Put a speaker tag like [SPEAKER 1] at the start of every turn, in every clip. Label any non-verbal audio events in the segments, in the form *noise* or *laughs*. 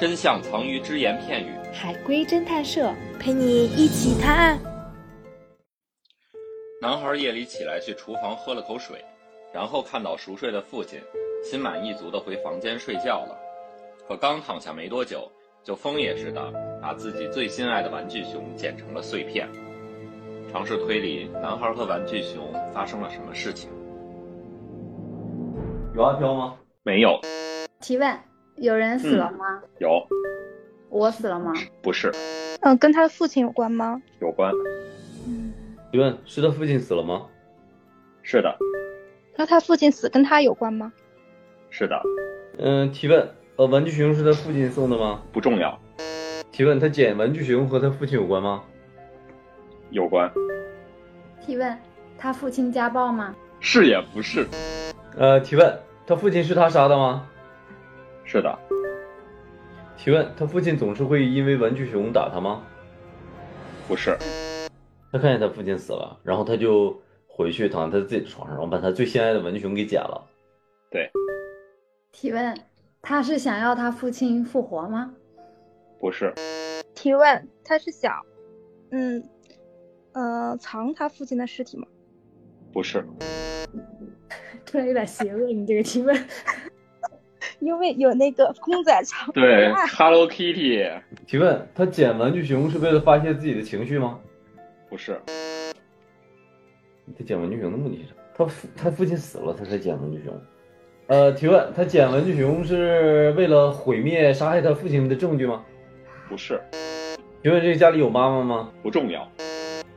[SPEAKER 1] 真相藏于只言片语。
[SPEAKER 2] 海龟侦探社陪你一起探案。
[SPEAKER 1] 男孩夜里起来去厨房喝了口水，然后看到熟睡的父亲，心满意足地回房间睡觉了。可刚躺下没多久，就疯也似的把自己最心爱的玩具熊剪成了碎片。尝试推理男孩和玩具熊发生了什么事情。
[SPEAKER 3] 有阿飘吗？
[SPEAKER 1] 没有，
[SPEAKER 4] 提问：有人死了吗？
[SPEAKER 1] 有，
[SPEAKER 4] 我死了吗？
[SPEAKER 1] 不是，
[SPEAKER 5] 嗯，跟他的父亲有关吗？
[SPEAKER 1] 有关，
[SPEAKER 3] 提问是他父亲死了吗？
[SPEAKER 1] 是的，
[SPEAKER 5] 那他父亲死跟他有关吗？
[SPEAKER 1] 是的，
[SPEAKER 3] 嗯，提问呃，玩具熊是他父亲送的吗？
[SPEAKER 1] 不重要，
[SPEAKER 3] 提问他捡玩具熊和他父亲有关吗？
[SPEAKER 1] 有关，
[SPEAKER 4] 提问：他父亲家暴吗？
[SPEAKER 1] 是也不是，
[SPEAKER 3] 呃，提问他父亲是他杀的吗？
[SPEAKER 1] 是的，
[SPEAKER 3] 提问他父亲总是会因为玩具熊打他吗？
[SPEAKER 1] 不是，
[SPEAKER 3] 他看见他父亲死了，然后他就回去躺在他自己的床上，然后把他最心爱的玩具熊给剪了。
[SPEAKER 4] 提问：他是想要他父亲复活吗？
[SPEAKER 1] 不是，
[SPEAKER 5] 提问：他是想，嗯，呃，藏他父亲的尸体吗？
[SPEAKER 1] 不是，
[SPEAKER 4] *laughs* 突然有点邪恶，你这个提问。
[SPEAKER 5] 因为有那个公仔藏
[SPEAKER 1] 对，Hello Kitty，
[SPEAKER 3] 提问他捡玩具熊是为了发泄自己的情绪吗？
[SPEAKER 1] 不是，
[SPEAKER 3] 他捡玩具熊的目的是啥？他父他父亲死了，他才捡玩具熊。呃，提问：他捡玩具熊是为了毁灭杀害他父亲的证据吗？
[SPEAKER 1] 不是，
[SPEAKER 3] 提问：这个家里有妈妈吗？
[SPEAKER 1] 不重要，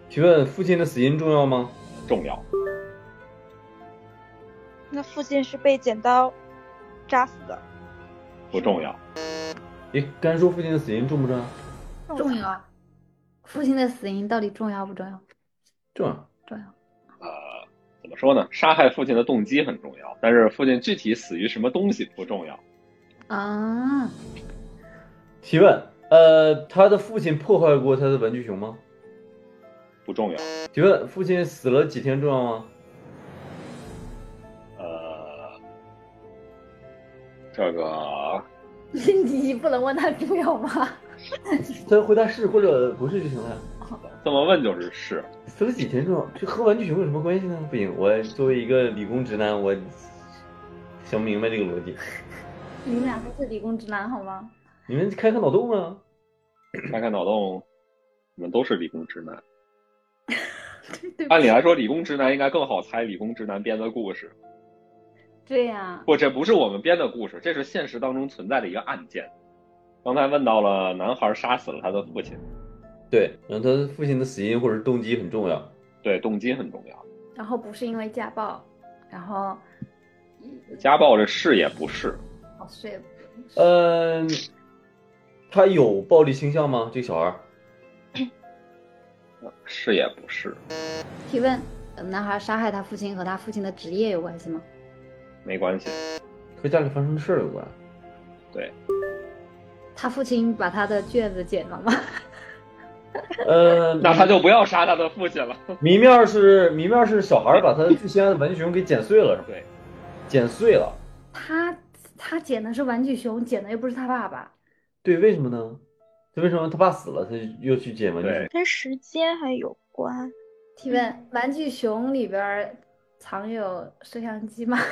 [SPEAKER 3] 提问：父亲的死因重要吗？
[SPEAKER 1] 重要，
[SPEAKER 5] *laughs* 那父亲是被剪刀扎死的。
[SPEAKER 1] 不重要，
[SPEAKER 3] 诶，刚才说父亲的死因重不重要？
[SPEAKER 5] 那我
[SPEAKER 4] 重要啊。父亲的死因到底重要不重要？
[SPEAKER 3] 重要。
[SPEAKER 4] 重要。
[SPEAKER 1] 呃，怎么说呢？杀害父亲的动机很重要，但是父亲具体死于什么东西不重要。
[SPEAKER 4] 啊，
[SPEAKER 3] 提问：呃，他的父亲破坏过他的玩具熊吗？
[SPEAKER 1] 不重要，
[SPEAKER 3] 提问：父亲死了几天重要吗？
[SPEAKER 1] 呃，这个
[SPEAKER 4] *laughs* 你不能问他重要吗？
[SPEAKER 3] 他回答是或者不是就行了呀。
[SPEAKER 1] 这么问就是是，
[SPEAKER 3] 死了几天重要？这和玩具熊有什么关系呢？不行，我作为一个理工直男，我想不明白这个逻辑。
[SPEAKER 4] 你们俩都是理工直男好吗？
[SPEAKER 3] 你们开开脑洞啊！
[SPEAKER 1] 开开脑洞，我们都是理工直男。
[SPEAKER 4] *laughs* 对
[SPEAKER 1] 按理来说，理工直男应该更好猜理工直男编的故事。
[SPEAKER 4] 对呀、
[SPEAKER 1] 不，这不是我们编的故事，这是现实当中存在的一个案件。刚才问到了男孩杀死了他的父亲，
[SPEAKER 3] 对，然后他父亲的死因或者动机很重要。
[SPEAKER 1] 对，动机很重要。
[SPEAKER 4] 然后不是因为家暴，然后
[SPEAKER 1] 家暴这是也不是，
[SPEAKER 4] 哦是
[SPEAKER 3] 嗯，他有暴力倾向吗？这个小孩儿
[SPEAKER 1] 是也不是，
[SPEAKER 4] 提问：呃男孩杀害他父亲和他父亲的职业有关系吗？
[SPEAKER 1] 没关系。
[SPEAKER 3] 和家里发生的事儿有关。
[SPEAKER 4] 他父亲把他的卷子剪了吗？ *laughs*
[SPEAKER 3] 呃，
[SPEAKER 1] 那他就不要杀他的父亲了。
[SPEAKER 3] 谜面儿是谜面儿是小孩儿把他最心爱的玩具熊给剪碎了，是吧
[SPEAKER 1] 对，
[SPEAKER 3] 剪碎了。
[SPEAKER 4] 他他剪的是玩具熊，剪的又不是他爸爸。
[SPEAKER 3] 对，为什么呢？他为什么他爸死了，他又去捡玩具熊
[SPEAKER 1] 对？
[SPEAKER 5] 跟时间还有关。
[SPEAKER 4] 提问：玩具熊里边儿藏有摄像机吗？ *laughs*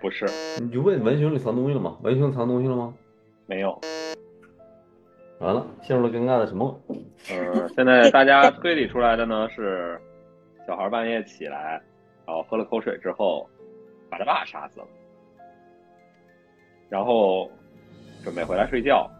[SPEAKER 1] 不是，
[SPEAKER 3] 你就问玩具熊里藏东西了吗？玩具熊藏东西了吗？
[SPEAKER 1] 没有。
[SPEAKER 3] 完了，陷入了尴尬的沉默。
[SPEAKER 1] 嗯，现在大家推理出来的呢是，小孩半夜起来，然后喝了口水之后，把他爸杀死了，然后准备回来睡觉，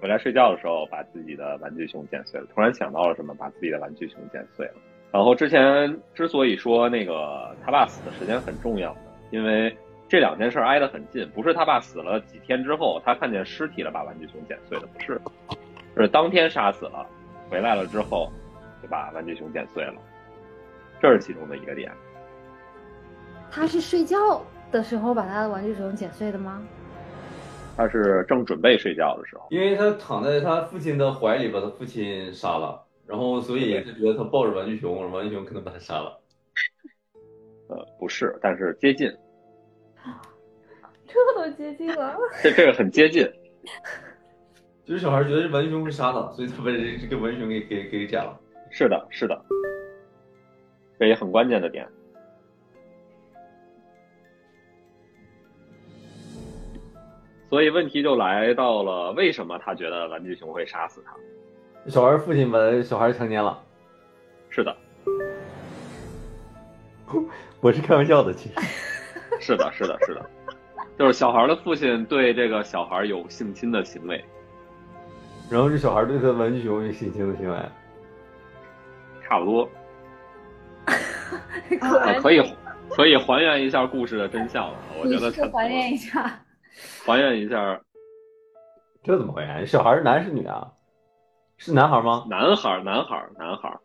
[SPEAKER 1] 回来睡觉的时候把自己的玩具熊剪碎了，突然想到了什么，把自己的玩具熊剪碎了。然后之前之所以说那个他爸死的时间很重要呢，因为这两件事挨得很近，不是他爸死了几天之后，他看见尸体了把玩具熊剪碎了，不是，是当天杀死了。回来了之后，就把玩具熊剪碎了，这是其中的一个点。
[SPEAKER 4] 他是睡觉的时候把他的玩具熊剪碎的吗？
[SPEAKER 1] 他是正准备睡觉的时候，
[SPEAKER 3] 因为他躺在他父亲的怀里，把他父亲杀了，然后所以他觉得他抱着玩具熊，玩具熊可能把他杀了。
[SPEAKER 1] 呃，不是，但是接近，
[SPEAKER 4] 这都接近了。 *laughs*
[SPEAKER 1] 啊这这个很接近。
[SPEAKER 3] 就是小孩觉得是文雄会杀他，所以他把这这个文雄给给给剪了。
[SPEAKER 1] 是的，是的，这也很关键的点。所以问题就来到了，为什么他觉得玩具熊会杀死他？
[SPEAKER 3] 小孩父亲把小孩强奸了，
[SPEAKER 1] 是的，
[SPEAKER 3] 我是开玩笑的，其实。
[SPEAKER 1] 是的，是的，是的，就是小孩的父亲对这个小孩有性侵的行为，
[SPEAKER 3] 然后这小孩对他玩具熊有性侵的行为，
[SPEAKER 1] 差不多，
[SPEAKER 4] 果
[SPEAKER 1] 啊
[SPEAKER 4] 然，
[SPEAKER 1] 可以可以还原一下故事的真相了。我觉得
[SPEAKER 4] *laughs* 你是
[SPEAKER 1] 差不多
[SPEAKER 4] 还原一下，
[SPEAKER 1] 还原一下
[SPEAKER 3] 这怎么回事？小孩是男是女啊？是男孩吗？
[SPEAKER 1] 男孩儿，男孩儿，男孩儿，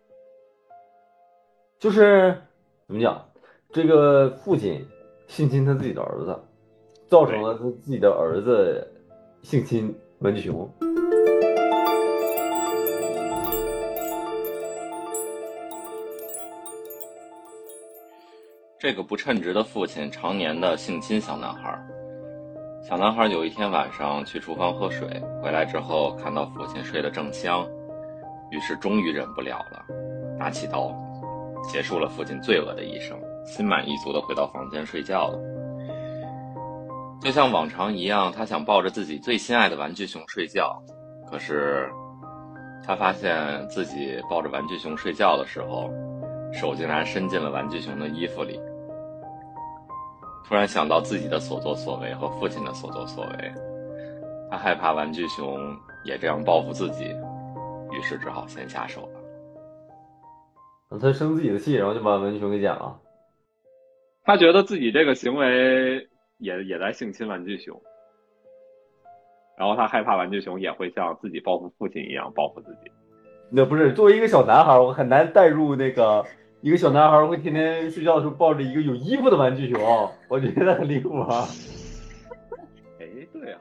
[SPEAKER 3] 就是怎么讲，这个父亲性侵他自己的儿子，造成了他自己的儿子性侵玩具熊。
[SPEAKER 6] 这个不称职的父亲常年的性侵小男孩儿。小男孩儿有一天晚上去厨房喝水，回来之后看到父亲睡得正香，于是终于忍不了了，拿起刀，结束了父亲罪恶的一生，心满意足的回到房间睡觉了。就像往常一样，他想抱着自己最心爱的玩具熊睡觉，可是他发现自己抱着玩具熊睡觉的时候，手竟然伸进了玩具熊的衣服里。突然想到自己的所作所为和父亲的所作所为，他害怕玩具熊也这样报复自己，于是只好先下手了。
[SPEAKER 3] 他生自己的气，然后就把玩具熊给剪了。
[SPEAKER 1] 他觉得自己这个行为也也在性侵玩具熊，然后他害怕玩具熊也会像自己报复父亲一样报复自己。
[SPEAKER 3] 那不是作为一个小男孩，我很难代入那个一个小男孩会天天睡觉的时候抱着一个有衣服的玩具熊，我觉得很离谱啊。
[SPEAKER 1] 哎，对哈、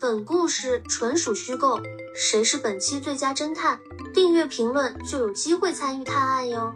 [SPEAKER 7] 本故事纯属虚构，谁是本期最佳侦探？订阅评论就有机会参与探案哟。